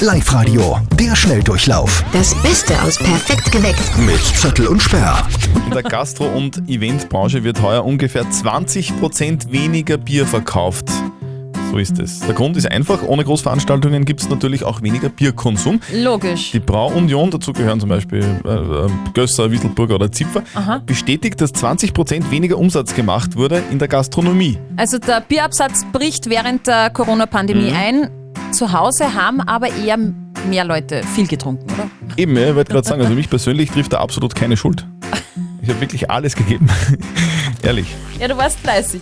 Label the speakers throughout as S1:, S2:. S1: Live-Radio, der Schnelldurchlauf
S2: Das Beste aus Perfekt geweckt.
S1: mit Zettel und Sperr.
S3: In der Gastro- und Eventbranche wird heuer ungefähr 20% weniger Bier verkauft. So ist es. Der Grund ist einfach, ohne Großveranstaltungen gibt es natürlich auch weniger Bierkonsum.
S4: Logisch.
S3: Die Brauunion, dazu gehören zum Beispiel äh, äh, Gösser, Wieselburger oder Zipfer, bestätigt, dass 20% weniger Umsatz gemacht wurde in der Gastronomie.
S4: Also der Bierabsatz bricht während der Corona-Pandemie ein. Zu Hause haben aber eher mehr Leute viel getrunken, oder?
S3: Eben, ja, ich wollte gerade sagen, also mich persönlich trifft da absolut keine Schuld. Ich habe wirklich alles gegeben. Ehrlich.
S4: Ja, du warst 30.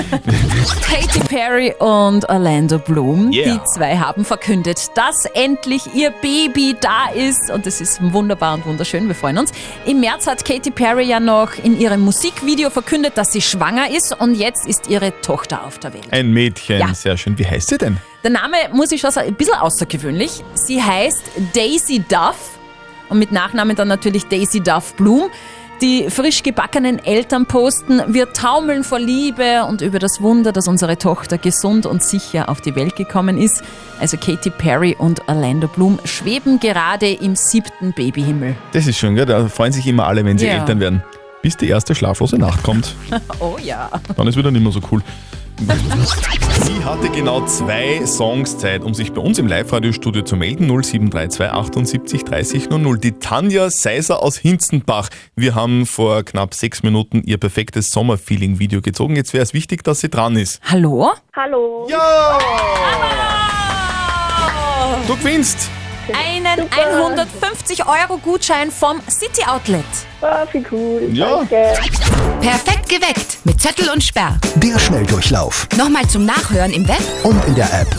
S4: Katy Perry und Orlando Bloom,
S3: Yeah.
S4: die zwei haben verkündet, dass endlich ihr Baby da ist. Und das ist wunderbar und wunderschön, wir freuen uns. Im März hat Katy Perry ja noch in ihrem Musikvideo verkündet, dass sie schwanger ist. Und jetzt ist ihre Tochter auf der Welt.
S3: Ein Mädchen,
S4: Ja.
S3: sehr schön. Wie heißt sie denn?
S4: Der Name, muss ich schon sagen, ein bisschen außergewöhnlich. Sie heißt Daisy Duff und mit Nachnamen dann natürlich Daisy Duff Bloom. Die frisch gebackenen Eltern posten, wir taumeln vor Liebe und über das Wunder, dass unsere Tochter gesund und sicher auf die Welt gekommen ist. Also Katy Perry und Orlando Bloom schweben gerade im siebten Babyhimmel.
S3: Das ist schön, gell? da freuen sich immer alle, wenn sie
S4: Ja.
S3: Eltern werden. Bis die erste schlaflose Nacht kommt.
S4: Oh ja.
S3: Dann ist wieder nicht mehr so cool. Sie hatte genau zwei Songs Zeit, um sich bei uns im Live-Radio-Studio zu melden. 0732 78 30 00. Die Tanja Seiser aus Hinzenbach. Wir haben vor knapp sechs Minuten ihr perfektes Sommerfeeling-Video gezogen. Jetzt wäre es wichtig, dass sie dran ist.
S4: Hallo?
S5: Hallo.
S3: Ja!
S4: Ah!
S3: Du gewinnst!
S4: Einen 150-Euro-Gutschein vom City Outlet.
S5: Ah, wie cool.
S3: Ja.
S5: Danke.
S2: Perfekt geweckt mit Zettel und Sperr.
S1: Der Schnelldurchlauf
S2: Nochmal zum Nachhören im Web
S1: und in der App.